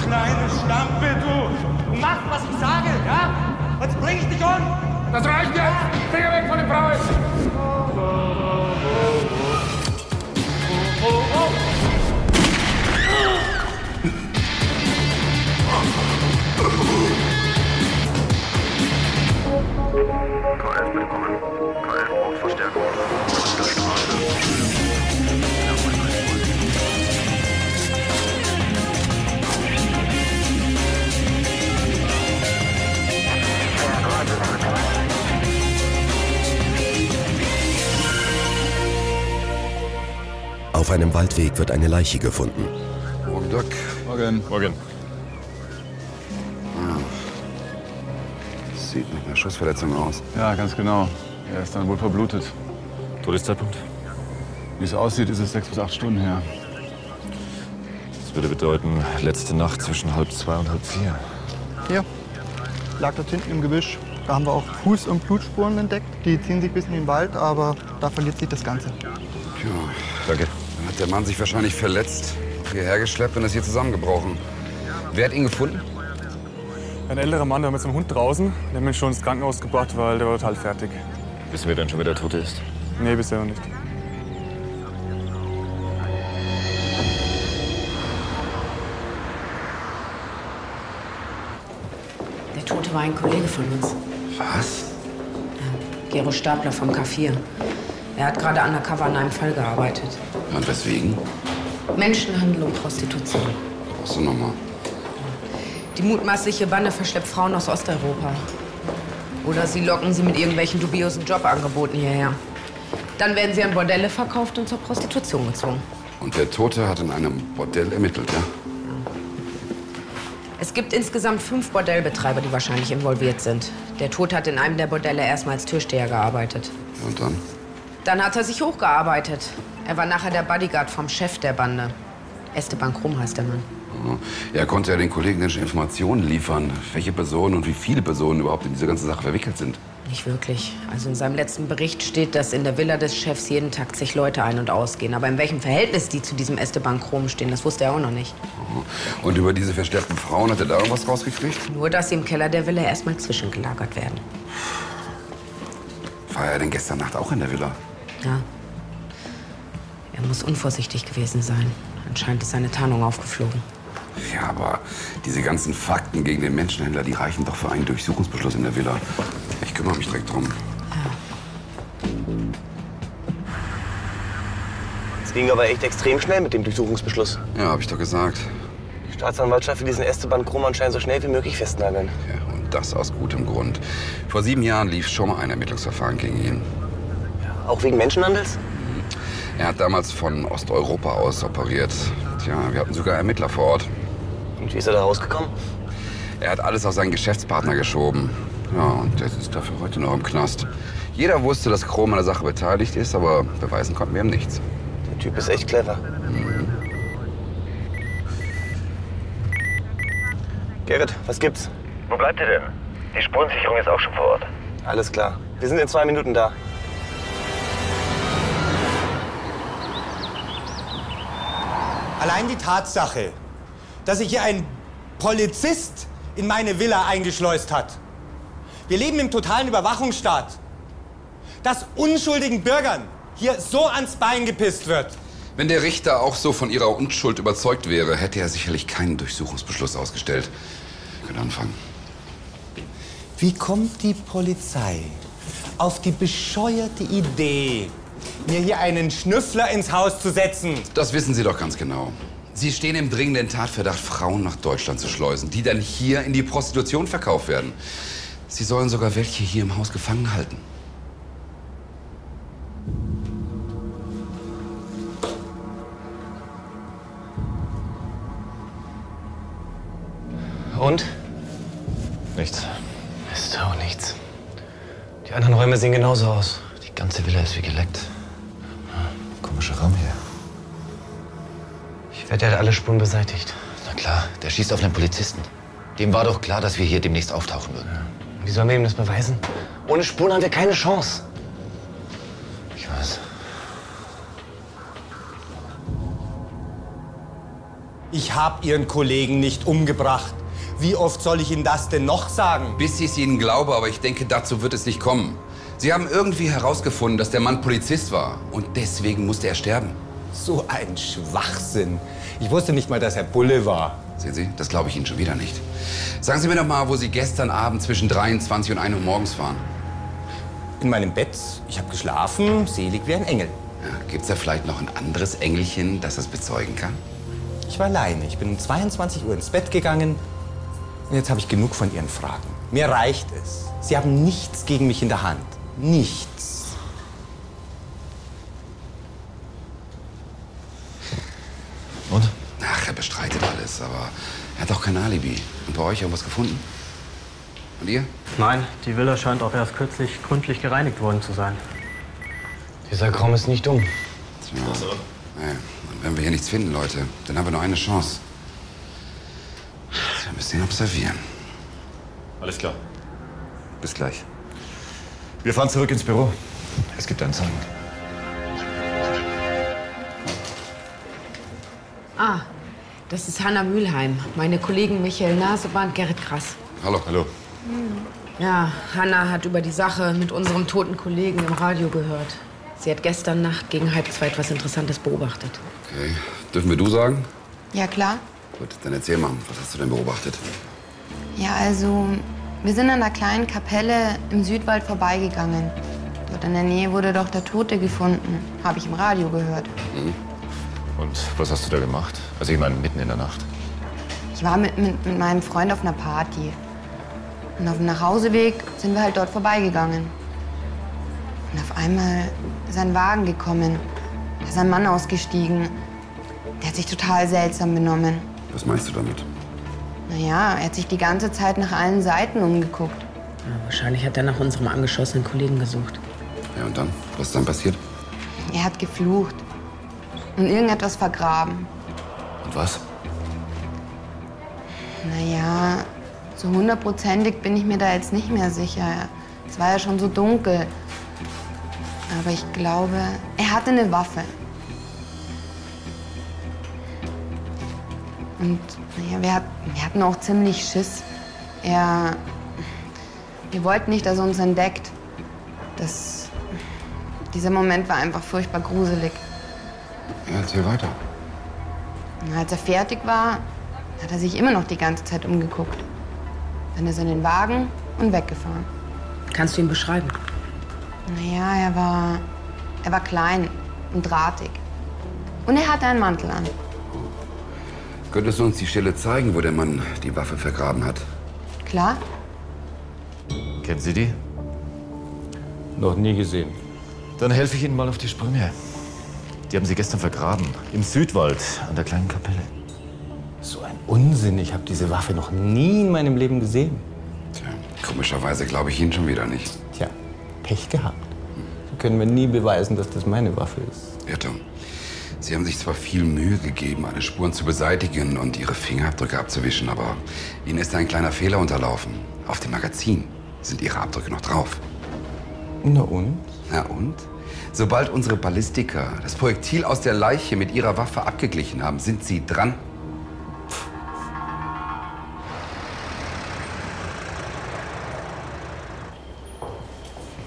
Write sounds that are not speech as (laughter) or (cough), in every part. Kleine Stampe, du! Mach, was ich sage, ja? Sonst bring ich dich um! Das reicht jetzt! Finger weg von dem Preis! KF willkommen. KF braucht Verstärkung. Auf der Straße. Auf einem Waldweg wird eine Leiche gefunden. Morgen, Doc. Morgen. Morgen. Ah. Sieht nach einer Schussverletzung aus. Ja, ganz genau. Er ist dann wohl verblutet. Todeszeitpunkt? Wie es aussieht, ist es sechs bis acht Stunden her. Das würde bedeuten, letzte Nacht zwischen halb zwei und halb vier. Hier, lag dort hinten im Gebüsch. Da haben wir auch Fuß- und Blutspuren entdeckt. Die ziehen sich bis in den Wald, aber da verliert sich das Ganze. Tja, danke. Dann hat der Mann sich wahrscheinlich verletzt, hierher geschleppt und ist hier zusammengebrochen. Wer hat ihn gefunden? Ein älterer Mann, der war mit seinem Hund draußen, der hat mich schon ins Krankenhaus gebracht, weil der war total fertig. Wissen wir dann schon, wer der Tote ist? Nee, bisher noch nicht. Der Tote war ein Kollege von uns. Was? Gero Stapler vom K4. Er hat gerade undercover an einem Fall gearbeitet. Und weswegen? Menschenhandel und Prostitution. Brauchst du nochmal? Die mutmaßliche Bande verschleppt Frauen aus Osteuropa. Oder sie locken sie mit irgendwelchen dubiosen Jobangeboten hierher. Dann werden sie an Bordelle verkauft und zur Prostitution gezwungen. Und der Tote hat in einem Bordell ermittelt, ja? Es gibt insgesamt fünf Bordellbetreiber, die wahrscheinlich involviert sind. Der Tod hat in einem der Bordelle erstmal als Türsteher gearbeitet. Und dann? Dann hat er sich hochgearbeitet. Er war nachher der Bodyguard vom Chef der Bande. Esteban Krumm heißt der Mann. Er konnte ja den Kollegen dann schon Informationen liefern, welche Personen und wie viele Personen überhaupt in diese ganze Sache verwickelt sind. Nicht wirklich. Also in seinem letzten Bericht steht, dass in der Villa des Chefs jeden Tag zig Leute ein- und ausgehen. Aber in welchem Verhältnis die zu diesem Esteban Krumm stehen, das wusste er auch noch nicht. Und über diese verstärkten Frauen hat er da irgendwas rausgekriegt? Nur, dass sie im Keller der Villa erstmal zwischengelagert werden. War er denn gestern Nacht auch in der Villa? Ja. Er muss unvorsichtig gewesen sein. Anscheinend ist seine Tarnung aufgeflogen. Ja, aber diese ganzen Fakten gegen den Menschenhändler, die reichen doch für einen Durchsuchungsbeschluss in der Villa. Ich kümmere mich direkt drum. Es ging aber echt extrem schnell mit dem Durchsuchungsbeschluss. Ja, hab ich doch gesagt. Die Staatsanwaltschaft will diesen Esteban Krumm anscheinend so schnell wie möglich festnageln. Und das aus gutem Grund. Vor sieben Jahren lief schon mal ein Ermittlungsverfahren gegen ihn. Auch wegen Menschenhandels? Er hat damals von Osteuropa aus operiert. Tja, wir hatten sogar Ermittler vor Ort. Und wie ist er da rausgekommen? Er hat alles auf seinen Geschäftspartner geschoben. Ja, und jetzt ist dafür heute noch im Knast. Jeder wusste, dass Chrom an der Sache beteiligt ist, aber beweisen konnten wir ihm nichts. Der Typ ist echt clever. Gerrit, was gibt's? Wo bleibt ihr denn? Die Spurensicherung ist auch schon vor Ort. Alles klar. Wir sind in zwei Minuten da. Allein die Tatsache, dass sich hier ein Polizist in meine Villa eingeschleust hat. Wir leben im totalen Überwachungsstaat. Dass unschuldigen Bürgern hier so ans Bein gepisst wird. Wenn der Richter auch so von ihrer Unschuld überzeugt wäre, hätte er sicherlich keinen Durchsuchungsbeschluss ausgestellt. Wir können anfangen. Wie kommt die Polizei auf die bescheuerte Idee, mir hier einen Schnüffler ins Haus zu setzen? Das wissen Sie doch ganz genau. Sie stehen im dringenden Tatverdacht, Frauen nach Deutschland zu schleusen, die dann hier in die Prostitution verkauft werden. Sie sollen sogar welche hier im Haus gefangen halten. Und? Nichts. Ist auch nichts. Die anderen Räume sehen genauso aus. Die ganze Villa ist wie geleckt. Hm, Komischer Raum hier. Ich wette, er hat alle Spuren beseitigt. Na klar, der schießt auf einen Polizisten. Dem war doch klar, dass wir hier demnächst auftauchen würden. Wie sollen wir ihm das beweisen? Ohne Spuren haben wir keine Chance. Ich weiß. Ich habe Ihren Kollegen nicht umgebracht. Wie oft soll ich Ihnen das denn noch sagen? Bis ich es Ihnen glaube, aber ich denke, dazu wird es nicht kommen. Sie haben irgendwie herausgefunden, dass der Mann Polizist war. Und deswegen musste er sterben. So ein Schwachsinn. Ich wusste nicht mal, dass er Bulle war. Sehen Sie, das glaube ich Ihnen schon wieder nicht. Sagen Sie mir doch mal, wo Sie gestern Abend zwischen 23 und 1 Uhr morgens waren. In meinem Bett. Ich habe geschlafen, selig wie ein Engel. Ja, Gibt es da vielleicht noch ein anderes Engelchen, das das bezeugen kann? Ich war alleine. Ich bin um 22 Uhr ins Bett gegangen. Und jetzt habe ich genug von Ihren Fragen. Mir reicht es. Sie haben nichts gegen mich in der Hand. Nichts. Und? Ach, er bestreitet alles, aber er hat auch kein Alibi. Und bei euch irgendwas gefunden? Und ihr? Nein, die Villa scheint auch erst kürzlich gründlich gereinigt worden zu sein. Dieser Krumm ist nicht dumm. Ja. Naja, und wenn wir hier nichts finden, Leute, dann haben wir nur eine Chance. Wir müssen ihn observieren. Alles klar. Bis gleich. Wir fahren zurück ins Büro. Es gibt Anzeigen. Ah, das ist Hanna Mülheim. Meine Kollegen Michael Naseband, Gerrit Krass. Hallo. Hallo. Ja, Hanna hat über die Sache mit unserem toten Kollegen im Radio gehört. Sie hat gestern Nacht gegen halb zwei etwas Interessantes beobachtet. Okay. Dürfen wir du sagen? Ja, klar. Gut, dann erzähl mal, was hast du denn beobachtet? Ja, also, wir sind an einer kleinen Kapelle im Südwald vorbeigegangen. Dort in der Nähe wurde doch der Tote gefunden. Habe ich im Radio gehört. Und was hast du da gemacht? Also ich meine, mitten in der Nacht. Ich war mit, mit, mit meinem Freund auf einer Party. Und auf dem Nachhauseweg sind wir halt dort vorbeigegangen. Und auf einmal ist ein Wagen gekommen. Da ist ein Mann ausgestiegen. Der hat sich total seltsam benommen. Was meinst du damit? Naja, er hat sich die ganze Zeit nach allen Seiten umgeguckt. Ja, wahrscheinlich hat er nach unserem angeschossenen Kollegen gesucht. Ja, und dann? Was ist dann passiert? Er hat geflucht und irgendetwas vergraben. Und was? Naja, so hundertprozentig bin ich mir da jetzt nicht mehr sicher. Es war ja schon so dunkel. Aber ich glaube, er hatte eine Waffe. Und naja, wir, hat, wir hatten auch ziemlich Schiss. Er. Wir wollten nicht, dass er uns entdeckt. Das. Dieser Moment war einfach furchtbar gruselig. Ja, erzähl weiter. Und als er fertig war, hat er sich immer noch die ganze Zeit umgeguckt. Dann ist er in den Wagen und weggefahren. Kannst du ihn beschreiben? Naja, er war. Er war klein und drahtig. Und er hatte einen Mantel an. Könntest du uns die Stelle zeigen, wo der Mann die Waffe vergraben hat? Klar? Kennen Sie die? Noch nie gesehen. Dann helfe ich Ihnen mal auf die Sprünge. Die haben sie gestern vergraben. Im Südwald, an der kleinen Kapelle. So ein Unsinn. Ich habe diese Waffe noch nie in meinem Leben gesehen. Tja, komischerweise glaube ich Ihnen schon wieder nicht. Tja, Pech gehabt. So können wir nie beweisen, dass das meine Waffe ist. Irrtum. Sie haben sich zwar viel Mühe gegeben, alle Spuren zu beseitigen und ihre Fingerabdrücke abzuwischen, aber Ihnen ist ein kleiner Fehler unterlaufen. Auf dem Magazin sind Ihre Abdrücke noch drauf. Na und? Na und? Sobald unsere Ballistiker das Projektil aus der Leiche mit ihrer Waffe abgeglichen haben, sind sie dran.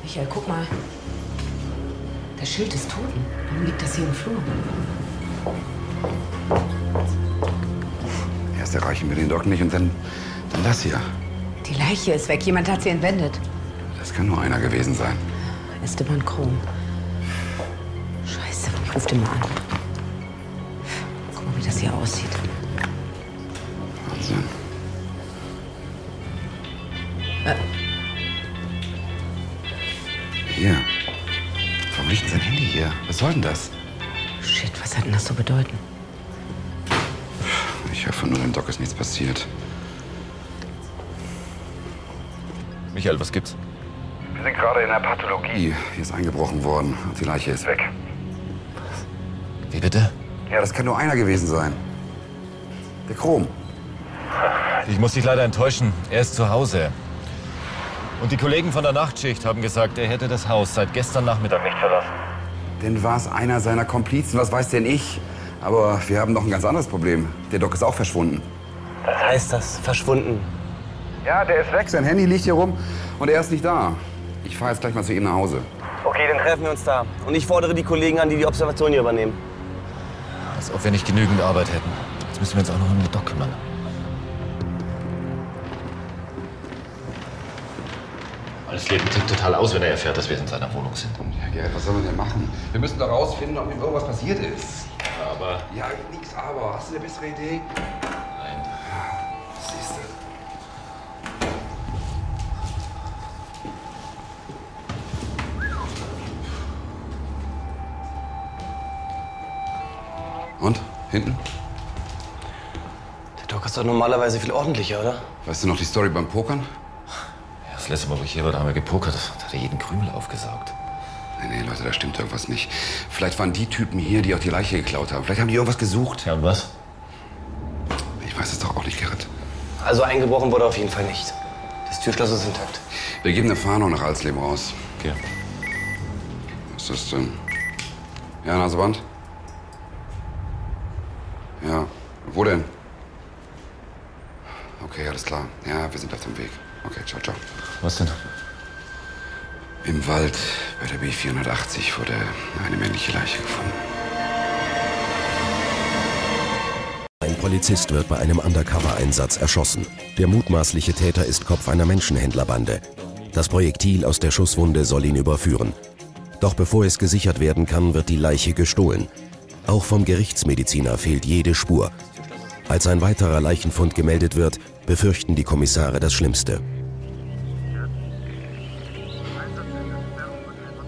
Michael, guck mal. Das Schild des Toten. Warum liegt das hier im Flur? Erst erreichen wir den Dock nicht und dann, dann das hier. Die Leiche ist weg. Jemand hat sie entwendet. Das kann nur einer gewesen sein. Esteban Krom. Scheiße, ich ruf den mal an. Guck mal, wie das hier aussieht. Wahnsinn. Äh, Hier. Warum liegt denn sein Handy hier? Was soll denn das? shit, was hat denn das zu bedeuten? Ich hoffe nur, dem Doc ist nichts passiert. Michael, was gibt's? Wir sind gerade in der Pathologie. Hier ist eingebrochen worden und die Leiche ist weg. Wie bitte? Ja, das kann nur einer gewesen sein. Der Chrom. Ich muss dich leider enttäuschen. Er ist zu Hause. Und die Kollegen von der Nachtschicht haben gesagt, er hätte das Haus seit gestern Nachmittag nicht verlassen. Denn war es einer seiner Komplizen, was weiß denn ich? Aber wir haben noch ein ganz anderes Problem. Der Doc ist auch verschwunden. Was heißt das? Verschwunden? Ja, der ist weg. Sein Handy liegt hier rum und er ist nicht da. Ich fahre jetzt gleich mal zu ihm nach Hause. Okay, dann treffen wir uns da. Und ich fordere die Kollegen an, die die Observation hier übernehmen. Als ob wir nicht genügend Arbeit hätten. Jetzt müssen wir uns auch noch um den Doc kümmern. Das Leben tickt total aus, wenn er erfährt, dass wir in seiner Wohnung sind. Ja, Gerrit, was soll man denn machen? Wir müssen doch rausfinden, ob ihm irgendwas passiert ist. Aber. Ja, nix aber. Hast du eine bessere Idee? Ah, Nein. Siehst du. Und? Hinten? Der Doc ist doch normalerweise viel ordentlicher, oder? Weißt du noch die Story beim Pokern? Das letzte Mal, wo ich hier war, da haben wir gepokert. Da hat er jeden Krümel aufgesaugt. Nee, nee, Leute, da stimmt irgendwas nicht. Vielleicht waren die Typen hier, die auch die Leiche geklaut haben. Vielleicht haben die irgendwas gesucht. Ja, und was? Ich weiß es doch auch nicht, Gerrit. Also eingebrochen wurde auf jeden Fall nicht. Das Türschloss ist intakt. Wir geben eine Fahndung nach Alsleben raus. Okay. Ist das denn? Ja, Naseband? Ja. Wo denn? Okay, alles klar. Ja, wir sind auf dem Weg. Okay, ciao, ciao. Was denn? Im Wald bei der B480 wurde eine männliche Leiche gefunden. Ein Polizist wird bei einem Undercover-Einsatz erschossen. Der mutmaßliche Täter ist Kopf einer Menschenhändlerbande. Das Projektil aus der Schusswunde soll ihn überführen. Doch bevor es gesichert werden kann, wird die Leiche gestohlen. Auch vom Gerichtsmediziner fehlt jede Spur. Als ein weiterer Leichenfund gemeldet wird, befürchten die Kommissare das Schlimmste.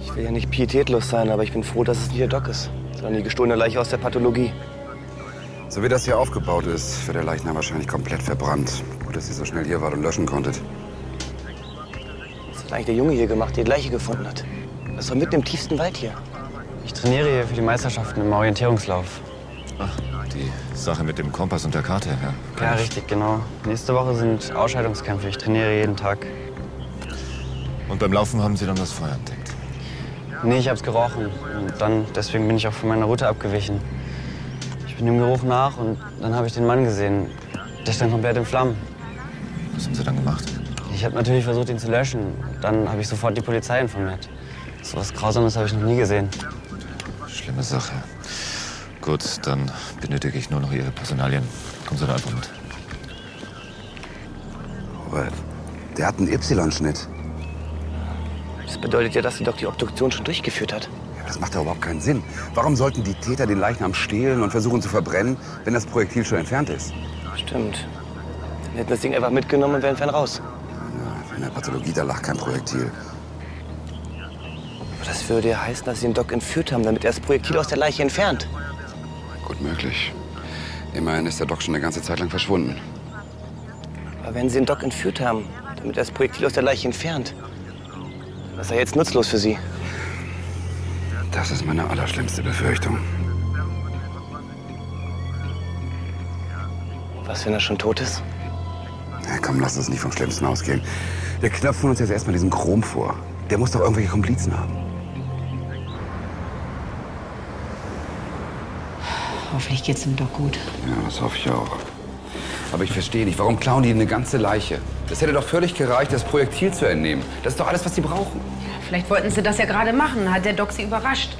Ich will ja nicht pietätlos sein, aber ich bin froh, dass es nicht der Doc ist, sondern die gestohlene Leiche aus der Pathologie. So wie das hier aufgebaut ist, wird der Leichnam wahrscheinlich komplett verbrannt. Gut, dass ihr so schnell hier wart und löschen konntet. Was hat eigentlich der Junge hier gemacht, der die Leiche gefunden hat? Das war mitten im tiefsten Wald hier. Ich trainiere hier für die Meisterschaften im Orientierungslauf. Ach, die Sache mit dem Kompass und der Karte, ja. Ja, richtig, genau. Nächste Woche sind Ausscheidungskämpfe. Ich trainiere jeden Tag. Und beim Laufen haben Sie dann das Feuer entdeckt. Nee, ich hab's gerochen. Und dann, deswegen bin ich auch von meiner Route abgewichen. Ich bin dem Geruch nach und dann habe ich den Mann gesehen. Der stand komplett in Flammen. Was haben Sie dann gemacht? Ich habe natürlich versucht, ihn zu löschen. Dann habe ich sofort die Polizei informiert. So was Grausames habe ich noch nie gesehen. Schlimme Sache. Gut, dann benötige ich nur noch Ihre Personalien. Kommen Sie da einfach mit. Robert, der hat einen Y-Schnitt. Das bedeutet ja, dass sie doch die Obduktion schon durchgeführt hat. Das macht ja überhaupt keinen Sinn. Warum sollten die Täter den Leichnam stehlen und versuchen zu verbrennen, wenn das Projektil schon entfernt ist? Stimmt. Dann hätten wir das Ding einfach mitgenommen und wären fern raus. In der Pathologie, da lag kein Projektil. Aber das würde ja heißen, dass sie den Doc entführt haben, damit er das Projektil aus der Leiche entfernt. Gut möglich. Immerhin ist der Doc schon eine ganze Zeit lang verschwunden. Aber wenn sie den Doc entführt haben, damit er das Projektil aus der Leiche entfernt, das ist ja jetzt nutzlos für sie. Das ist meine allerschlimmste Befürchtung. Was, wenn er schon tot ist? Na komm, lass uns nicht vom Schlimmsten ausgehen. Wir knöpfen uns jetzt erstmal diesen Chrom vor. Der muss doch irgendwelche Komplizen haben. Hoffentlich geht's dem Doc gut. Ja, das hoffe ich auch. Aber ich verstehe nicht, warum klauen die eine ganze Leiche? Das hätte doch völlig gereicht, das Projektil zu entnehmen. Das ist doch alles, was sie brauchen. Vielleicht wollten sie das ja gerade machen, hat der Doc sie überrascht.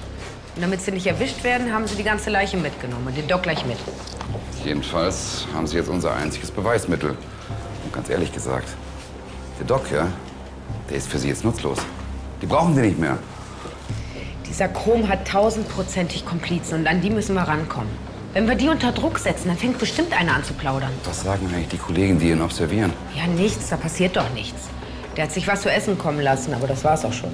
Und damit sie nicht erwischt werden, haben sie die ganze Leiche mitgenommen und den Doc gleich mit. Jedenfalls haben sie jetzt unser einziges Beweismittel. Und ganz ehrlich gesagt, der Doc, ja, der ist für sie jetzt nutzlos. Die brauchen sie nicht mehr. Dieser Chrom hat tausendprozentig Komplizen und an die müssen wir rankommen. Wenn wir die unter Druck setzen, dann fängt bestimmt einer an zu plaudern. Was sagen eigentlich die Kollegen, die ihn observieren? Ja, nichts, da passiert doch nichts. Der hat sich was zu essen kommen lassen, aber das war's auch schon.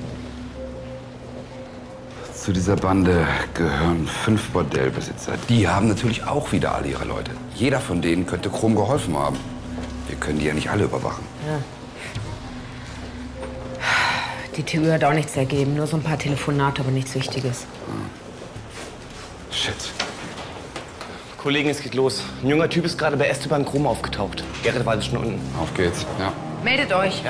Zu dieser Bande gehören fünf Bordellbesitzer. Die haben natürlich auch wieder alle ihre Leute. Jeder von denen könnte Chrom geholfen haben. Wir können die ja nicht alle überwachen. Ja. Die TU hat auch nichts ergeben, nur so ein paar Telefonate, aber nichts Wichtiges. Shit. Kollegen, es geht los. Ein junger Typ ist gerade bei Esteban Krom aufgetaucht. Gerrit war also schon unten. Auf geht's, ja. Meldet euch.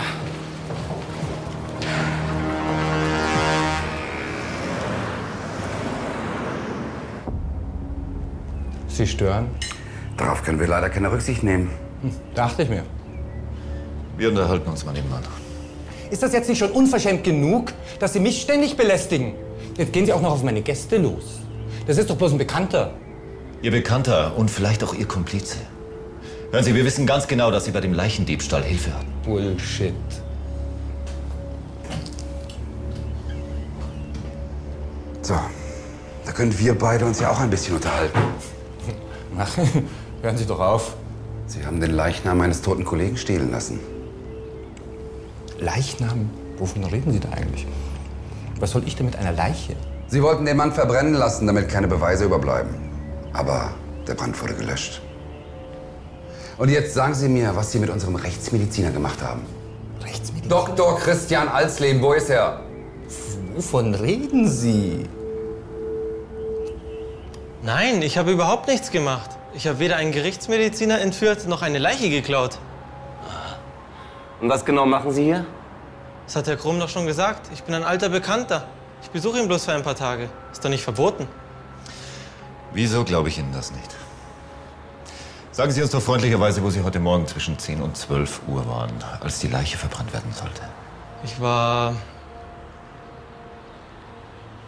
Sie stören? Darauf können wir leider keine Rücksicht nehmen. Dachte ich mir. Wir unterhalten uns mal nebenan. Ist das jetzt nicht schon unverschämt genug, dass Sie mich ständig belästigen? Jetzt gehen Sie auch noch auf meine Gäste los. Das ist doch bloß ein Bekannter. Ihr Bekannter und vielleicht auch Ihr Komplize. Hören Sie, wir wissen ganz genau, dass Sie bei dem Leichendiebstahl Hilfe hatten. Bullshit. So, da können wir beide uns ja auch ein bisschen unterhalten. (laughs) Ach, hören Sie doch auf. Sie haben den Leichnam meines toten Kollegen stehlen lassen. Leichnam? Wovon reden Sie da eigentlich? Was soll ich denn mit einer Leiche? Sie wollten den Mann verbrennen lassen, damit keine Beweise überbleiben. Aber der Brand wurde gelöscht. Und jetzt sagen Sie mir, was Sie mit unserem Rechtsmediziner gemacht haben. Rechtsmediziner? Dr. Christian Alsleben, wo ist er? Wovon reden Sie? Nein, ich habe überhaupt nichts gemacht. Ich habe weder einen Gerichtsmediziner entführt noch eine Leiche geklaut. Und was genau machen Sie hier? Das hat Herr Krumm doch schon gesagt. Ich bin ein alter Bekannter. Ich besuche ihn bloß für ein paar Tage. Ist doch nicht verboten. Wieso glaube ich Ihnen das nicht? Sagen Sie uns doch freundlicherweise, wo Sie heute Morgen zwischen 10 und 12 Uhr waren, als die Leiche verbrannt werden sollte. Ich war.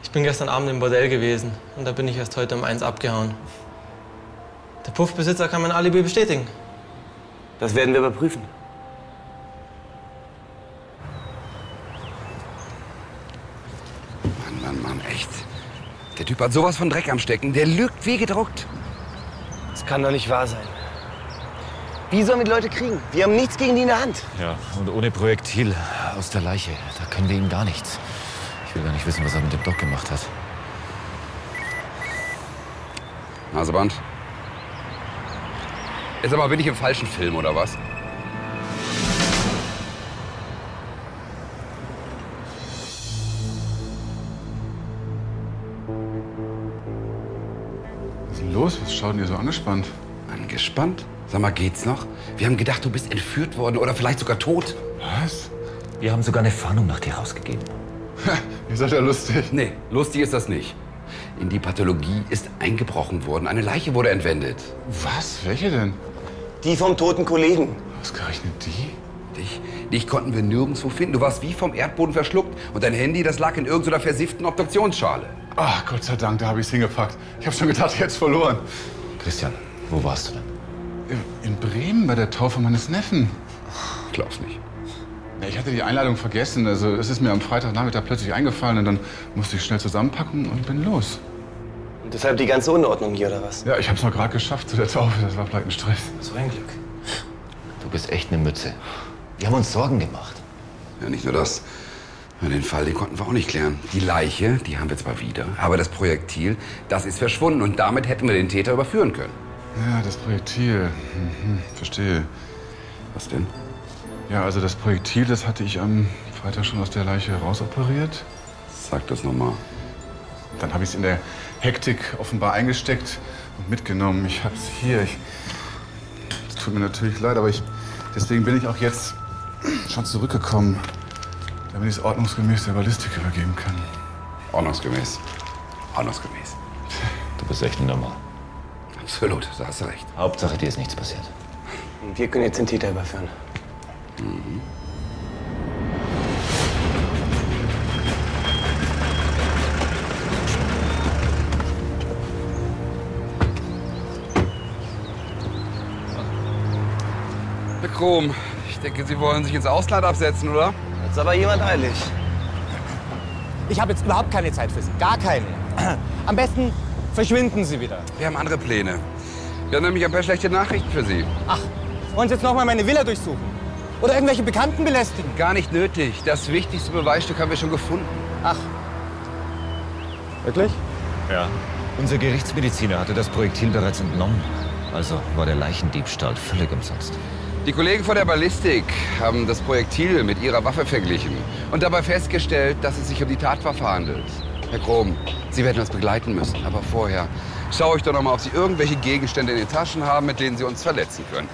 Ich bin gestern Abend im Bordell gewesen und da bin ich erst heute um eins abgehauen. Der Puffbesitzer kann mein Alibi bestätigen. Das werden wir überprüfen. Mann, Mann, Mann, echt. Der Typ hat sowas von Dreck am Stecken. Der lügt wie gedruckt. Das kann doch nicht wahr sein. Wie sollen wir die Leute kriegen? Wir haben nichts gegen die in der Hand. Ja, und ohne Projektil aus der Leiche, da können wir ihm gar nichts. Ich will gar nicht wissen, was er mit dem Doc gemacht hat. Naseband. Jetzt aber bin ich im falschen Film, oder was? Was ist denn los? Was schaut denn ihr so angespannt? Angespannt? Sag mal, geht's noch? Wir haben gedacht, du bist entführt worden oder vielleicht sogar tot. Was? Wir haben sogar eine Fahndung nach dir rausgegeben. Ihr seid ja lustig. Nee, lustig ist das nicht. In die Pathologie ist eingebrochen worden. Eine Leiche wurde entwendet. Was? Welche denn? Die vom toten Kollegen. Ausgerechnet die? Dich, dich konnten wir nirgendwo finden. Du warst wie vom Erdboden verschluckt. Und dein Handy, das lag in irgendeiner versifften Obduktionsschale. Ach, Ah, Gott sei Dank, da habe ich es hingepackt. Ich habe schon gedacht, ich hätte es verloren. Christian, wo warst du denn? In, in Bremen bei der Taufe meines Neffen. Glaub's nicht. Ja, Ich hatte die Einladung vergessen. Also es ist mir am Freitagnachmittag plötzlich eingefallen und dann musste ich schnell zusammenpacken und bin los. Und deshalb die ganze Unordnung hier, oder was? Ja, ich hab's noch gerade geschafft zu der Taufe. Das war vielleicht ein Stress. So ein Glück. Du bist echt eine Mütze. Wir haben uns Sorgen gemacht. Ja, nicht nur das. Ja, Den Fall, den konnten wir auch nicht klären. Die Leiche, die haben wir zwar wieder, aber das Projektil, das ist verschwunden und damit hätten wir den Täter überführen können. Ja, das Projektil. Mhm, verstehe. Was denn? Ja, also das Projektil, das hatte ich am Freitag schon aus der Leiche rausoperiert. Sag das nochmal. Dann habe ich es in der Hektik offenbar eingesteckt und mitgenommen. Ich habe es hier. Ich- Es tut mir natürlich leid, aber ich, deswegen bin ich auch jetzt schon zurückgekommen, damit ich es ordnungsgemäß der Ballistik übergeben kann. Ordnungsgemäß. Ordnungsgemäß. Du bist echt ein Normal. Absolut, da hast du recht. Hauptsache, dir ist nichts passiert. Und wir können jetzt den Täter überführen. Herr Krom, ich denke, Sie wollen sich ins Ausland absetzen, oder? Jetzt aber jemand eilig. Ich habe jetzt überhaupt keine Zeit für Sie. Gar keine. (clears throat) Am besten verschwinden Sie wieder. Wir haben andere Pläne. Wir haben nämlich ein paar schlechte Nachrichten für Sie. Ach, wollen Sie jetzt noch mal meine Villa durchsuchen? Oder irgendwelche Bekannten belästigen? Gar nicht nötig. Das wichtigste Beweisstück haben wir schon gefunden. Ach, Wirklich? Ja. Unser Gerichtsmediziner hatte das Projektil bereits entnommen. Also war der Leichendiebstahl völlig umsonst. Die Kollegen von der Ballistik haben das Projektil mit ihrer Waffe verglichen und dabei festgestellt, dass es sich um die Tatwaffe handelt. Herr Krom, Sie werden uns begleiten müssen, aber vorher schaue ich doch noch mal, ob Sie irgendwelche Gegenstände in den Taschen haben, mit denen Sie uns verletzen können.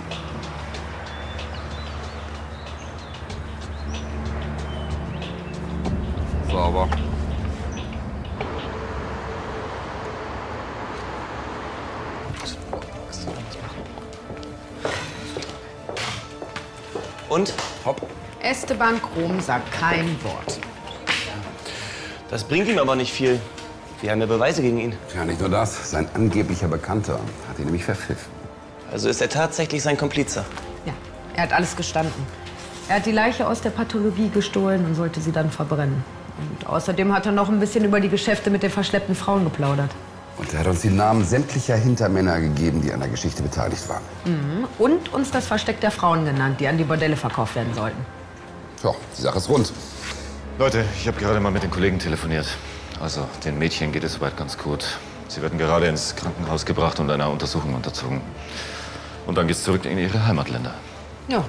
Sauber. das soll er nicht machen. Und? Hopp. Esteban Krom sagt kein Wort. Das bringt ihm aber nicht viel. Wir haben ja Beweise gegen ihn. Ja, nicht nur das. Sein angeblicher Bekannter hat ihn nämlich verpfiffen. Also ist er tatsächlich sein Komplize. Er hat alles gestanden. Er hat die Leiche aus der Pathologie gestohlen und sollte sie dann verbrennen. Und außerdem hat er noch ein bisschen über die Geschäfte mit den verschleppten Frauen geplaudert. Und er hat uns die Namen sämtlicher Hintermänner gegeben, die an der Geschichte beteiligt waren. Mhm. Und uns das Versteck der Frauen genannt, die an die Bordelle verkauft werden sollten. Tja, die Sache ist rund. Leute, ich habe gerade mal mit den Kollegen telefoniert. Also, den Mädchen geht es soweit ganz gut. Sie werden gerade ins Krankenhaus gebracht und einer Untersuchung unterzogen. Und dann geht's zurück in ihre Heimatländer. Ja,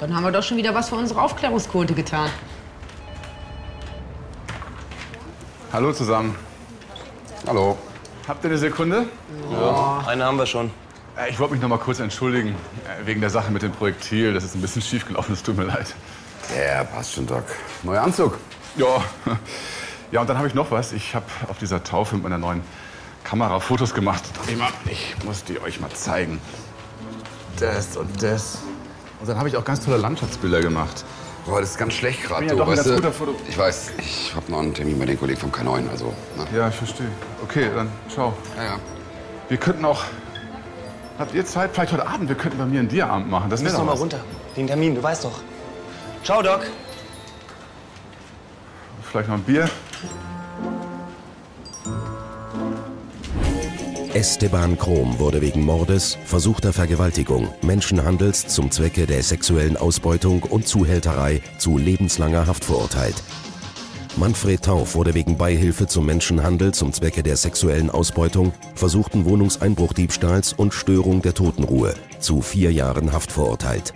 dann haben wir doch schon wieder was für unsere Aufklärungsquote getan. Hallo zusammen. Hallo. Habt ihr eine Sekunde? Ja, eine haben wir schon. Äh, Ich wollte mich noch mal kurz entschuldigen äh, wegen der Sache mit dem Projektil. Das ist ein bisschen schief gelaufen, es tut mir leid. Ja, passt schon, Doc. Neuer Anzug. Ja. (laughs) Ja, und dann habe ich noch was. Ich habe auf dieser Taufe mit meiner neuen Kamera Fotos gemacht. Dachte ich mal, Ich muss die euch mal zeigen. Das und das. Und dann habe ich auch ganz tolle Landschaftsbilder gemacht. Boah, Oh, das ist ganz schlecht gerade. Ich bin ja doch ein ganz guter Foto- Ich weiß, ich habe noch einen Termin bei den Kollegen vom K9, also. Ne? Ja, ich verstehe. Okay, dann ciao. Ja, ja. Wir könnten auch. Habt ihr Zeit? Vielleicht heute Abend. Wir könnten bei mir einen Diaabend machen. Das Müssen wäre noch doch mal was. runter. Den Termin, du weißt doch. Ciao, Doc. Vielleicht noch ein Bier. Esteban Krom wurde wegen Mordes, versuchter Vergewaltigung, Menschenhandels zum Zwecke der sexuellen Ausbeutung und Zuhälterei zu lebenslanger Haft verurteilt. Manfred Tauf wurde wegen Beihilfe zum Menschenhandel zum Zwecke der sexuellen Ausbeutung, versuchten Wohnungseinbruchdiebstahls und Störung der Totenruhe zu vier Jahren Haft verurteilt.